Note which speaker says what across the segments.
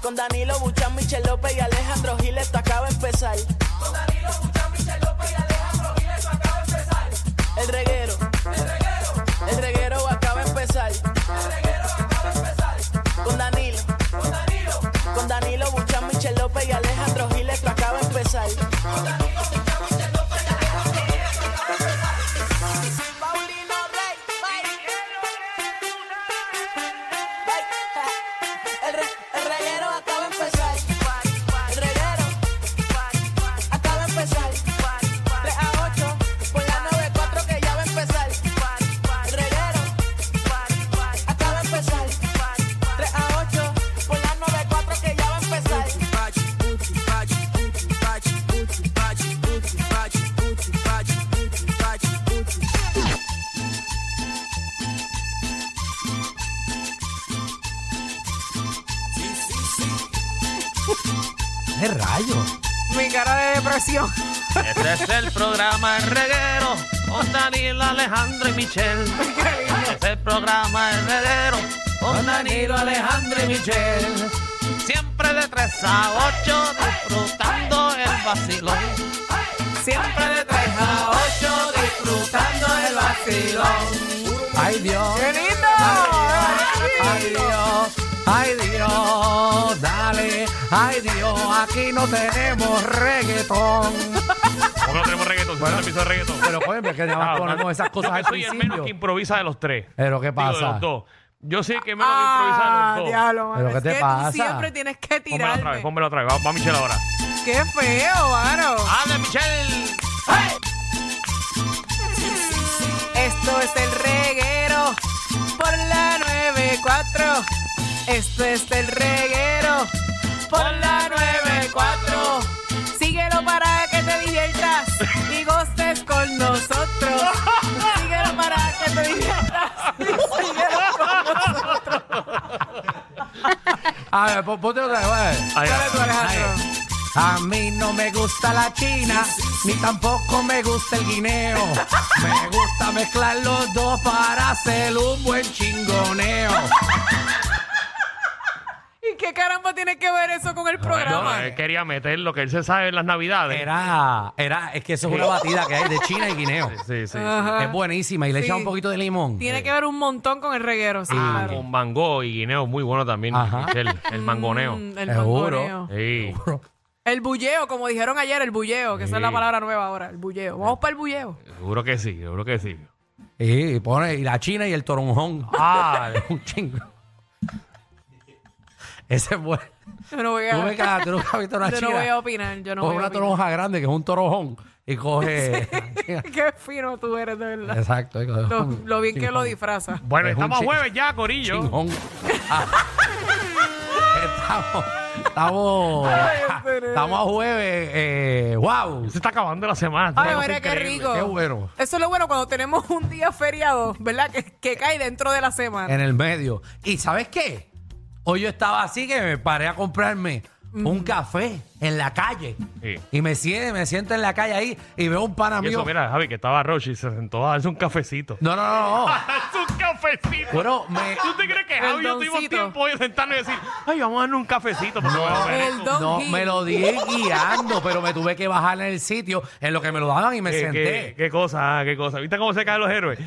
Speaker 1: Con Danilo Buchan, Michel López y Alejandro Gil, esto acaba de empezar. Con Danilo Buchan, Michel López y Alejandro Gil, esto acaba de empezar. El reguero. El reguero. El reguero acaba de empezar. El reguero acaba de empezar. Con Danilo. Con Danilo. Con Danilo Buchan, Michel López y Alejandro Gil, esto acaba de empezar. Paulino Rey, El, re, el reguero acaba de empezar. El reguero acaba de empezar. 3 a 8 por la 94 que ya va a empezar. El reguero acaba de empezar. 3 a 8 por la 94 que ya va a empezar.
Speaker 2: ¿Qué rayo?
Speaker 3: Mi cara de depresión.
Speaker 4: Este es el programa El Reguero con Danilo, Alejandro y Michelle. Este es el programa El Reguero con Danilo, Alejandro y Michelle. Siempre de 3 a 8 disfrutando el vacilón.
Speaker 3: Siempre
Speaker 4: Siempre de 3 a 8 disfrutando el vacilón.
Speaker 2: ¡Ay, Dios!
Speaker 3: ¡Qué lindo!
Speaker 2: ¡Ay, Dios! ¡Ay, Dios! ¡Dale! ¡Ay, Dios! Aquí no tenemos reggaetón.
Speaker 5: ¿Cómo no tenemos reggaetón? Bueno, piso de reggaetón. Ah,
Speaker 2: Pero, coño, es que nada más ponemos Ah, esas cosas
Speaker 5: Yo
Speaker 2: al
Speaker 5: soy el menos
Speaker 2: principio.
Speaker 5: que improvisa de los tres.
Speaker 2: Pero, ¿qué
Speaker 5: Digo, de
Speaker 2: pasa?
Speaker 5: los dos. Yo soy el que menos
Speaker 3: Ah,
Speaker 5: que improvisa de los dos.
Speaker 3: diablo, mano.
Speaker 2: ¿Pero qué
Speaker 3: Es
Speaker 2: te
Speaker 3: que
Speaker 2: pasa?
Speaker 3: tú siempre tienes que
Speaker 5: Pónmelo otra vez,
Speaker 3: tirarme.
Speaker 5: pónmelo otra vez. Va, va Michelle ahora.
Speaker 3: Qué feo, mano.
Speaker 5: ¡Anda, Michelle!
Speaker 3: Esto es el reguero por la 94. Esto es el reguero por la 94. Síguelo para que te diviertas y goces con nosotros. Síguelo para que te diviertas. Síguelo con nosotros.
Speaker 2: A ver, pon- ponte otra vez. a ver.
Speaker 5: Ahí
Speaker 3: Dale tú,
Speaker 5: va.
Speaker 3: Alejandro.
Speaker 2: A mí no me gusta la china, ni tampoco me gusta el guineo. Me gusta mezclar los dos para hacer un buen chingoneo.
Speaker 3: ¿Y qué caramba tiene que ver eso con el
Speaker 5: Bueno,
Speaker 3: programa?
Speaker 5: él eh, quería meter lo que él se sabe en las navidades.
Speaker 2: Era, era, es que eso es una batida que hay de china y guineo.
Speaker 5: Sí, sí. sí.
Speaker 3: Ah.
Speaker 2: Es buenísima y le
Speaker 3: Sí.
Speaker 2: echan un poquito de limón.
Speaker 3: Tiene que ver un montón con el reguero, sí,
Speaker 2: Ah,
Speaker 3: claro.
Speaker 5: Con mango y guineo, muy bueno también,
Speaker 2: Ajá.
Speaker 5: Michelle. El mangoneo.
Speaker 3: Mm, el
Speaker 2: Seguro.
Speaker 3: mangoneo.
Speaker 5: Sí.
Speaker 3: El bulleo, como dijeron ayer, el bulleo, que esa es la
Speaker 5: Sí.
Speaker 3: palabra nueva ahora, el bulleo. Vamos para el bulleo.
Speaker 5: Seguro que sí, seguro que sí.
Speaker 2: Y pone y la china y el toronjón. Ah, de un chingo. Ese es bueno.
Speaker 3: Yo no voy a,
Speaker 2: Tú me cagas, tú nunca has visto una
Speaker 3: yo
Speaker 2: china.
Speaker 3: no voy a opinar, yo no
Speaker 2: coge
Speaker 3: voy a
Speaker 2: una
Speaker 3: opinar.
Speaker 2: toronja grande que es un torojón y coge.
Speaker 3: Qué fino tú eres, de verdad.
Speaker 2: Exacto. y coge
Speaker 3: Lo,
Speaker 2: un
Speaker 3: lo bien que lo
Speaker 2: chingón.
Speaker 3: disfraza.
Speaker 5: Bueno,
Speaker 2: Es un
Speaker 5: estamos
Speaker 2: chi-
Speaker 5: jueves ya, Corillo.
Speaker 2: Chingón. Ah. estamos. Estamos.
Speaker 3: este
Speaker 2: Estamos a jueves. Eh, ¡Wow!
Speaker 5: Se está acabando la semana. Una
Speaker 3: Ay,
Speaker 5: cosa
Speaker 3: mira qué
Speaker 5: increíble.
Speaker 3: rico.
Speaker 2: Qué bueno.
Speaker 3: Eso es lo bueno cuando tenemos un día feriado, ¿verdad? Que, que cae dentro de la semana.
Speaker 2: En el medio. ¿Y sabes qué? Hoy yo estaba así que me paré a comprarme
Speaker 3: Mm.
Speaker 2: un café en la calle.
Speaker 5: Sí.
Speaker 2: Y me siento, me siento en la calle ahí y veo un pan
Speaker 5: Y
Speaker 2: amigo.
Speaker 5: eso, mira, Javi, que estaba Roche y se sentó a darse un cafecito.
Speaker 2: No, no, no, no.
Speaker 5: ¡Darse un cafecito!
Speaker 2: Bueno, me-
Speaker 5: ¿Tú te crees que
Speaker 3: El
Speaker 5: Javi y yo tuvimos
Speaker 3: doncito.
Speaker 5: tiempo de sentarnos y decir, ay, vamos a darnos un cafecito? porque me lo merezco"?
Speaker 3: el don
Speaker 2: no,
Speaker 3: Gil.
Speaker 2: me lo di guiando, pero me tuve que bajar en el sitio en lo que me lo daban y me
Speaker 5: ¿Qué, qué,
Speaker 2: senté.
Speaker 5: qué cosa, ah, qué cosa. ¿Viste cómo se caen los héroes?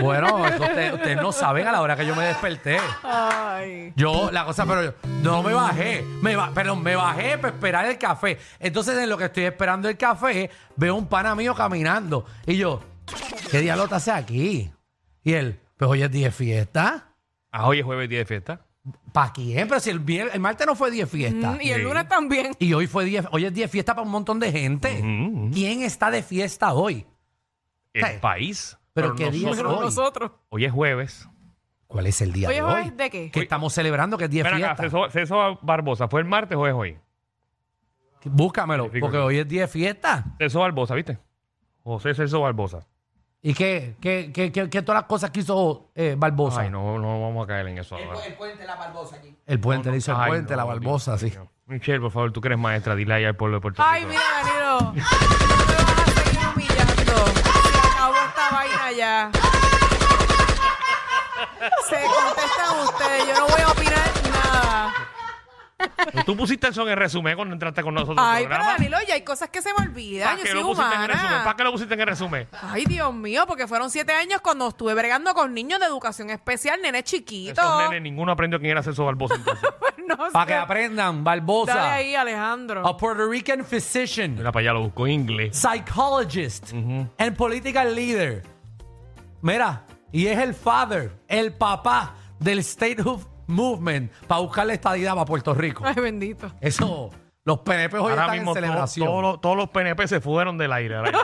Speaker 2: Bueno, eso usted- ustedes no saben a la hora que yo me desperté.
Speaker 3: Ay.
Speaker 2: Yo, la cosa, pero yo no me bajé. Me ba- pero me bajé para esperar el café. Entonces, en lo que estoy esperando el café, veo un pana mío caminando. Y yo, ¿qué dialota hace aquí? Y él, pues hoy es 10 fiesta.
Speaker 5: Ah, hoy es jueves día de fiesta.
Speaker 2: ¿Para quién? Pero si el, vier- el martes no fue 10 fiesta.
Speaker 3: Mm, Y el
Speaker 5: Sí.
Speaker 3: lunes también.
Speaker 2: Y hoy fue 10, hoy es 10 fiesta para un montón de gente. ¿Quién está de fiesta hoy?
Speaker 5: El
Speaker 2: Sí.
Speaker 5: país.
Speaker 2: Pero qué día
Speaker 3: Nosotros,
Speaker 5: nosotros-
Speaker 2: hoy.
Speaker 3: nosotros.
Speaker 5: Hoy es jueves.
Speaker 2: ¿Cuál es el día
Speaker 3: Oye,
Speaker 2: de
Speaker 3: jueves
Speaker 2: hoy?
Speaker 3: de qué?
Speaker 2: Que estamos celebrando que es 10
Speaker 5: Ven acá,
Speaker 2: fiesta.
Speaker 5: Celso, Celso Barbosa, ¿fue el martes o es hoy?
Speaker 2: Búscamelo,
Speaker 5: Verifico
Speaker 2: porque
Speaker 5: aquí.
Speaker 2: hoy es 10 fiesta.
Speaker 5: Celso Barbosa, ¿viste? José Celso Barbosa.
Speaker 2: ¿Y qué, qué, qué, qué- qué todas las cosas que hizo eh, Barbosa?
Speaker 5: Ay, no, no vamos a caer en eso ahora.
Speaker 2: El puente, le hizo el
Speaker 5: Ay,
Speaker 2: puente,
Speaker 5: no,
Speaker 2: la
Speaker 5: Dios
Speaker 2: Barbosa, sí.
Speaker 5: mío. Michelle, por favor, tú que eres maestra, dile ahí al pueblo de Puerto
Speaker 3: Ay,
Speaker 5: Rico.
Speaker 3: mira, Danilo. No me vas a seguir humillando. Se acabó esta vaina ya. Se contestan ustedes. Yo no voy a opinar nada.
Speaker 5: Tú pusiste eso en el resumen cuando entraste con nosotros. al
Speaker 3: Ay, pero
Speaker 5: programa.
Speaker 3: Danilo, ya hay cosas que se me olvidan.
Speaker 5: ¿Para
Speaker 3: Yo
Speaker 5: qué
Speaker 3: soy
Speaker 5: lo pusiste en el resumen? ¿Para
Speaker 3: humana.
Speaker 5: qué lo pusiste en el resumen?
Speaker 3: Ay, Dios mío, porque fueron siete años cuando estuve bregando con niños de educación especial, nene chiquito.
Speaker 5: Esos nenes, ninguno aprendió quién era Celso Barbosa. entonces.
Speaker 3: no
Speaker 2: Para que
Speaker 3: sé.
Speaker 2: aprendan, Barbosa.
Speaker 3: Dale ahí, Alejandro.
Speaker 2: A Puerto Rican physician,
Speaker 5: Mira para allá, lo buscó en inglés.
Speaker 2: psychologist, and political leader. Mira, y es el father, el papá del Statehood Movement para buscar la estadidad para Puerto Rico.
Speaker 3: Ay, bendito.
Speaker 2: Eso, los PNP hoy
Speaker 5: Ahora
Speaker 2: están
Speaker 5: mismo
Speaker 2: en
Speaker 5: to-
Speaker 2: celebración.
Speaker 5: todos los- todos los PNP se fueron del aire. ahora mismo.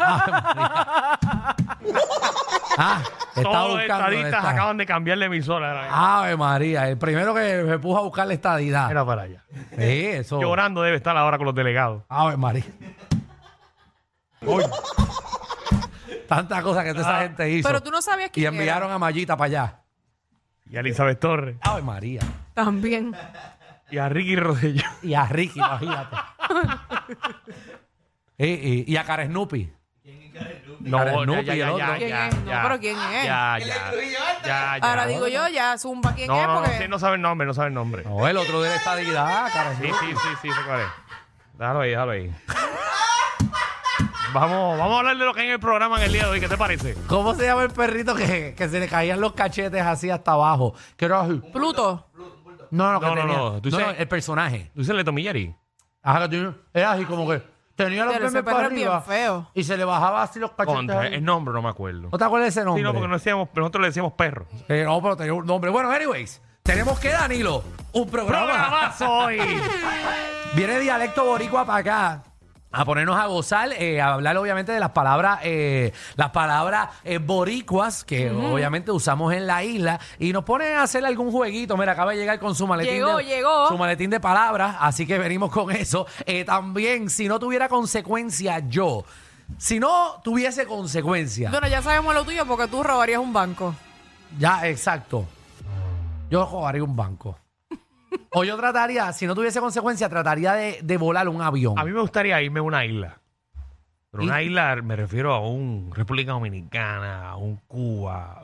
Speaker 2: Ah, está
Speaker 5: todos los
Speaker 2: buscando
Speaker 5: estadistas
Speaker 2: está- Ah,
Speaker 5: acaban de cambiar la emisora. ahora mismo.
Speaker 2: Ave María, el primero que me puso a buscar la estadidad.
Speaker 5: Mira para allá.
Speaker 2: Sí, eso.
Speaker 5: Oh. Llorando debe estar ahora con los delegados.
Speaker 2: Ave María. Tanta cosa que
Speaker 5: Ah.
Speaker 2: esa gente hizo.
Speaker 3: Pero tú no sabías
Speaker 2: Y
Speaker 3: quién era.
Speaker 2: enviaron a Mayita para allá.
Speaker 5: Y a Elizabeth Torres.
Speaker 2: Ave María.
Speaker 3: También.
Speaker 5: Y a Ricky Rosselló.
Speaker 2: Y a Ricky, imagínate. y, y- y a Cara Snoopy. Cara Snoopy, el otro.
Speaker 3: ¿Quién es? No, pero ¿quién es?
Speaker 5: Ya, ya. Ya, ya.
Speaker 3: Ahora digo yo, ya, Zumba, ¿quién
Speaker 5: No,
Speaker 3: es?
Speaker 5: no, no,
Speaker 3: Porque...
Speaker 5: sí, no sabe el nombre, no sabe el nombre.
Speaker 2: No, el otro de la estadidad, Cara
Speaker 5: Sí,
Speaker 2: Snoopy.
Speaker 5: sí, sí, sí, sé cuál es. Déjalo ahí, déjalo ahí. Vamos, vamos a hablar de lo que hay en el programa en el día de hoy. ¿Qué te parece?
Speaker 2: ¿Cómo se llama el perrito que, que se le caían los cachetes así hasta abajo? Que era así.
Speaker 3: Pluto.
Speaker 2: No, no, que
Speaker 5: No, no,
Speaker 2: tenía.
Speaker 5: no, tú dices-
Speaker 2: el personaje.
Speaker 5: ¿Tú dices Leto Millari?
Speaker 2: Ajá, que tenía- era así como que tenía los
Speaker 3: Pero ese
Speaker 2: pelos
Speaker 3: perro
Speaker 2: para
Speaker 3: es bien
Speaker 2: arriba
Speaker 3: feo.
Speaker 2: y se le bajaba así los cachetes.
Speaker 5: Contra,
Speaker 2: ahí.
Speaker 5: el nombre no me acuerdo.
Speaker 2: ¿No te acuerdas de ese
Speaker 5: Sí,
Speaker 2: nombre?
Speaker 5: no, porque no decíamos- nosotros le decíamos perro.
Speaker 2: Eh, no, pero tenía un nombre. Bueno, anyways, tenemos que Danilo, un programa.
Speaker 5: ¡Programazo hoy!
Speaker 2: Viene dialecto boricua para acá. A ponernos a gozar, eh, a hablar obviamente de las palabras, eh, las palabras eh, boricuas que obviamente usamos en la isla y nos pone a hacer algún jueguito. Mira, acaba de llegar con su maletín.
Speaker 3: Llegó,
Speaker 2: de,
Speaker 3: llegó.
Speaker 2: Su maletín de palabras, así que venimos con eso. Eh, también, si no tuviera consecuencia yo, si no tuviese consecuencia.
Speaker 3: Bueno, ya sabemos lo tuyo porque tú robarías un banco.
Speaker 2: Ya, exacto. Yo robaría un banco. O yo trataría, si no tuviese consecuencia, trataría de, de volar un avión.
Speaker 5: A mí me gustaría irme a una isla. Pero
Speaker 2: ¿Y?
Speaker 5: una isla me refiero a un República Dominicana, a un Cuba.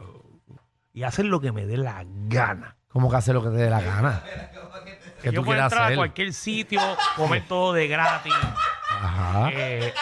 Speaker 5: Y hacer lo que me dé la gana.
Speaker 2: Como que hacer lo que te dé la gana. Que
Speaker 5: Yo
Speaker 2: tú
Speaker 5: puedo
Speaker 2: quieras
Speaker 5: entrar a
Speaker 2: hacer.
Speaker 5: cualquier sitio, comer todo de gratis,
Speaker 2: Ajá.
Speaker 5: eh,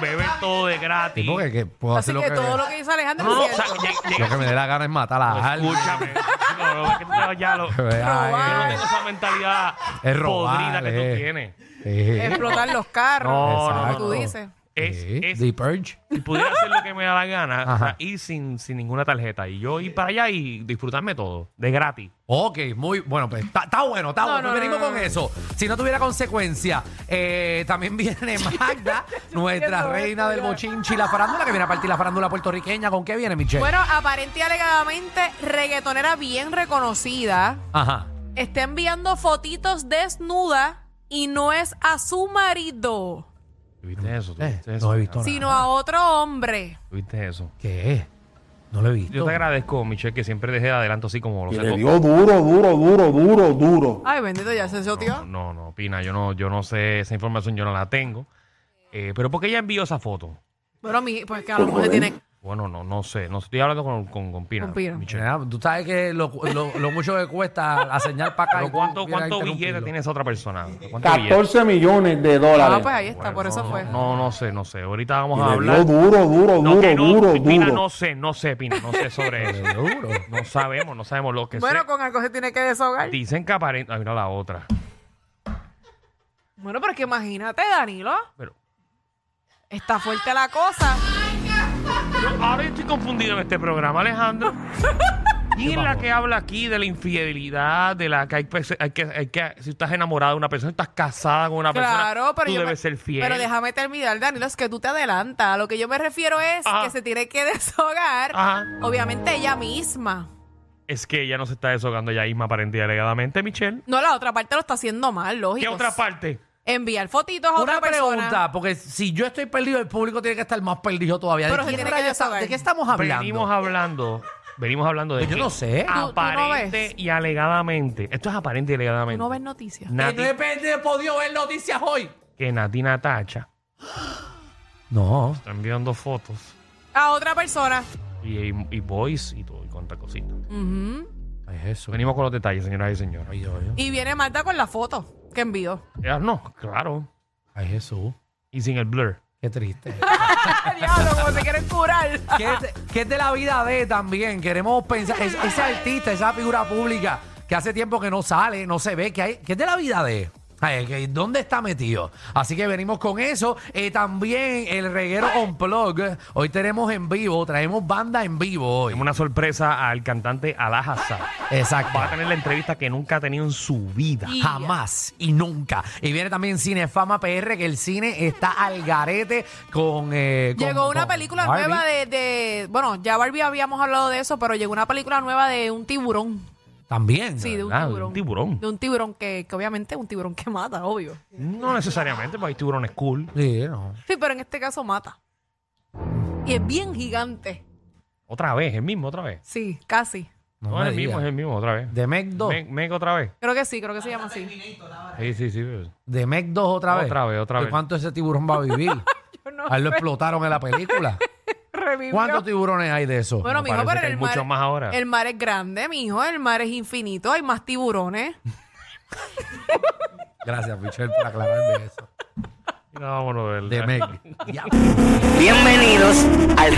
Speaker 5: beber todo de gratis.
Speaker 2: Sí, porque que puedo
Speaker 3: Así
Speaker 2: hacer
Speaker 3: que,
Speaker 2: lo que,
Speaker 3: todo lo que dice
Speaker 5: No,
Speaker 3: Alejandro
Speaker 5: no, o
Speaker 3: es
Speaker 5: sea,
Speaker 3: cierto.
Speaker 5: lleg-
Speaker 2: lo que
Speaker 5: llega-
Speaker 2: me dé la gana es matar a alguien.
Speaker 5: Escúchame. No, no, es que tú ya lo- yo no
Speaker 2: Ay,
Speaker 5: tengo esa mentalidad
Speaker 2: Es
Speaker 5: podrida
Speaker 2: robar.
Speaker 5: que
Speaker 2: eh.
Speaker 5: tú tienes.
Speaker 2: Eh,
Speaker 3: explotar los carros,
Speaker 5: No,
Speaker 3: como
Speaker 2: exacto.
Speaker 3: tú dices.
Speaker 5: Es-
Speaker 2: Eh,
Speaker 5: es-
Speaker 2: The Purge.
Speaker 5: Si pudiera hacer lo que me da la gana, o sea,
Speaker 2: Ajá.
Speaker 5: ir sin, sin ninguna tarjeta. Y yo ir para allá y disfrutarme todo, de gratis.
Speaker 2: Ok, muy bueno, pues está está bueno, está
Speaker 3: No,
Speaker 2: bueno.
Speaker 3: no, no,
Speaker 2: Venimos
Speaker 3: no,
Speaker 2: con
Speaker 3: no.
Speaker 2: eso. Si no tuviera consecuencia, eh, también viene Magda, nuestra
Speaker 3: entiendo
Speaker 2: reina
Speaker 3: esto
Speaker 2: del
Speaker 3: ya.
Speaker 2: bochinchi, y la farándula, que viene a partir la farándula puertorriqueña. ¿Con qué viene, Michelle?
Speaker 3: Bueno, aparente y alegadamente, reggaetonera bien reconocida,
Speaker 2: Ajá.
Speaker 3: está enviando fotitos desnuda y no es a su marido,
Speaker 5: ¿Viste eso? ¿Tú
Speaker 2: Eh,
Speaker 5: ¿Viste eso?
Speaker 2: no he visto nada.
Speaker 3: sino a otro hombre.
Speaker 5: ¿Tú ¿Viste eso?
Speaker 2: ¿Qué? No lo he visto.
Speaker 5: Yo te agradezco, Michelle, que siempre dejé de adelanto así como lo
Speaker 6: Y
Speaker 5: sé
Speaker 6: le
Speaker 5: todo.
Speaker 6: dio duro, duro, duro, duro, duro.
Speaker 3: Ay, bendito, ya se
Speaker 5: No,
Speaker 3: tío.
Speaker 5: no, no, Pina, yo no, yo no sé esa información, yo no la tengo. Eh, pero ¿por qué ella envió esa foto?
Speaker 3: Bueno, mi, pues que a lo mejor tiene...
Speaker 5: Bueno, no, no sé. No sé. estoy hablando con, con, con Pina.
Speaker 3: Con Pina.
Speaker 5: Michelle.
Speaker 2: Mira, Tú sabes que lo, lo- lo mucho que cuesta la señal para acá.
Speaker 5: Pero
Speaker 2: y tú
Speaker 5: ¿Cuánto,
Speaker 2: vienes a
Speaker 5: cuánto
Speaker 2: interrumpirlo.
Speaker 5: billete tiene esa otra persona? ¿Cuánto billete?
Speaker 6: 14 millones de
Speaker 3: Ah,
Speaker 6: dólares.
Speaker 3: pues ahí está, por eso
Speaker 5: no,
Speaker 3: fue.
Speaker 5: No, no sé, no sé. Ahorita vamos a
Speaker 6: Y le dio
Speaker 5: hablar.
Speaker 6: duro, duro,
Speaker 5: No,
Speaker 6: duro,
Speaker 5: que no,
Speaker 6: duro,
Speaker 5: Pina,
Speaker 6: duro.
Speaker 5: no sé, no sé, Pina, no sé sobre eso.
Speaker 2: Pero duro.
Speaker 5: No sabemos, no sabemos lo que
Speaker 3: Bueno,
Speaker 5: sé.
Speaker 3: con algo se tiene que desahogar.
Speaker 5: Dicen que aparenta. Ah, mira la otra.
Speaker 3: Bueno, pero es que imagínate, Danilo.
Speaker 5: Pero
Speaker 3: Está fuerte la cosa.
Speaker 5: yo ahora yo estoy confundido en este programa, Alejandro. ¿Y es la que habla aquí de la infidelidad, de la que hay, pece- hay que, hay que- si estás enamorada de una persona, estás casada con una
Speaker 3: Claro,
Speaker 5: persona,
Speaker 3: pero
Speaker 5: tú
Speaker 3: yo me-
Speaker 5: debes ser fiel?
Speaker 3: Pero déjame terminar, Danilo, es que tú te adelantas. A lo que yo me refiero es
Speaker 5: Ajá.
Speaker 3: que se tiene que deshogar,
Speaker 5: Ajá.
Speaker 3: obviamente, ella misma.
Speaker 5: Es que ella no se está deshogando ya misma aparente y alegadamente, Michelle.
Speaker 3: No, la otra parte lo está haciendo mal, lógico.
Speaker 5: ¿Qué otra parte?
Speaker 3: Enviar fotitos a
Speaker 2: Una
Speaker 3: otra persona.
Speaker 2: pregunta, porque si yo estoy perdido, el público tiene que estar más perdido todavía.
Speaker 3: Pero
Speaker 2: ¿De,
Speaker 3: se
Speaker 2: quién
Speaker 3: tiene que
Speaker 2: rayos está-
Speaker 3: desahogar.
Speaker 2: ¿De qué estamos
Speaker 5: Venimos
Speaker 2: hablando?
Speaker 5: hablando, venimos hablando de
Speaker 2: Yo
Speaker 5: que
Speaker 2: no sé.
Speaker 3: no
Speaker 5: aparente
Speaker 3: ves?
Speaker 5: y alegadamente. Esto es aparente y
Speaker 3: Tú
Speaker 5: alegadamente.
Speaker 3: no ves noticias.
Speaker 2: Que
Speaker 5: Nati-
Speaker 2: pues, no he pe- podido ver noticias hoy.
Speaker 5: que Natina Tacha
Speaker 2: No.
Speaker 5: está enviando fotos
Speaker 3: A otra persona.
Speaker 5: y, y, y voice y todo y cuánta cosita.
Speaker 3: Ujú.
Speaker 2: Es eso.
Speaker 5: Venimos con los detalles, señoras y señores.
Speaker 2: Ay, Dios mío.
Speaker 3: Y viene Marta con la foto que envió.
Speaker 5: Ah, no, claro.
Speaker 2: Ay, Jesús.
Speaker 5: Y sin el blur.
Speaker 2: Qué triste.
Speaker 3: Diablo, como se quieren curar.
Speaker 2: ¿Qué, es de, qué es de la vida de también? Queremos pensar, es- ese artista, esa figura pública que hace tiempo que no sale, no se ve, que hay, ¿qué es de la vida de? Ay, que- ¿Dónde está metido? Así que venimos con eso. Eh, también el reguero on plug. Hoy tenemos en vivo, traemos banda en vivo hoy.
Speaker 5: Tenemos una sorpresa al cantante Alajaza.
Speaker 2: Exacto.
Speaker 5: Va a tener la entrevista que nunca ha tenido en su vida.
Speaker 3: Y-
Speaker 2: Jamás y nunca. Y viene también Cinefama PR, que el cine está al garete con. eh, con-
Speaker 3: Llegó una
Speaker 2: con
Speaker 3: película
Speaker 2: Barbie.
Speaker 3: nueva de, de- Bueno, ya Barbie habíamos hablado de eso, pero llegó una película nueva de un tiburón.
Speaker 2: También.
Speaker 3: Sí, de un
Speaker 5: Ah, de
Speaker 3: tiburón.
Speaker 5: un tiburón.
Speaker 3: De un tiburón que, que obviamente es un tiburón que mata, obvio.
Speaker 5: No necesariamente, porque hay tiburones cool.
Speaker 2: Sí, no.
Speaker 3: Sí, pero en este caso mata. Y es bien gigante.
Speaker 5: Otra vez, el mismo, otra vez.
Speaker 3: Sí, casi.
Speaker 2: no
Speaker 5: No,
Speaker 2: me
Speaker 5: es el mismo,
Speaker 2: digas.
Speaker 5: es el mismo, otra vez.
Speaker 2: De Mec 2.
Speaker 5: Meg, Meg otra vez.
Speaker 3: Creo que sí, creo que se llama así.
Speaker 5: Sí, sí, sí. pero-
Speaker 2: De Mec 2 otra vez.
Speaker 5: Otra vez, otra
Speaker 2: ¿Y
Speaker 5: vez.
Speaker 2: cuánto ese tiburón va a vivir?
Speaker 3: Yo no
Speaker 2: A él lo
Speaker 3: sé.
Speaker 2: explotaron en la película.
Speaker 3: Revivió.
Speaker 2: ¿Cuántos tiburones hay de esos?
Speaker 3: Bueno,
Speaker 5: Me
Speaker 3: mijo,
Speaker 5: parece
Speaker 3: pero
Speaker 5: que hay
Speaker 3: el
Speaker 5: mucho
Speaker 3: mar,
Speaker 5: más ahora.
Speaker 3: el mar es grande, mijo. El mar es infinito. Hay más tiburones.
Speaker 2: Gracias, Michelle, por aclararme eso.
Speaker 5: No, bueno, del-
Speaker 2: De Meg. Ya.
Speaker 7: Bienvenidos al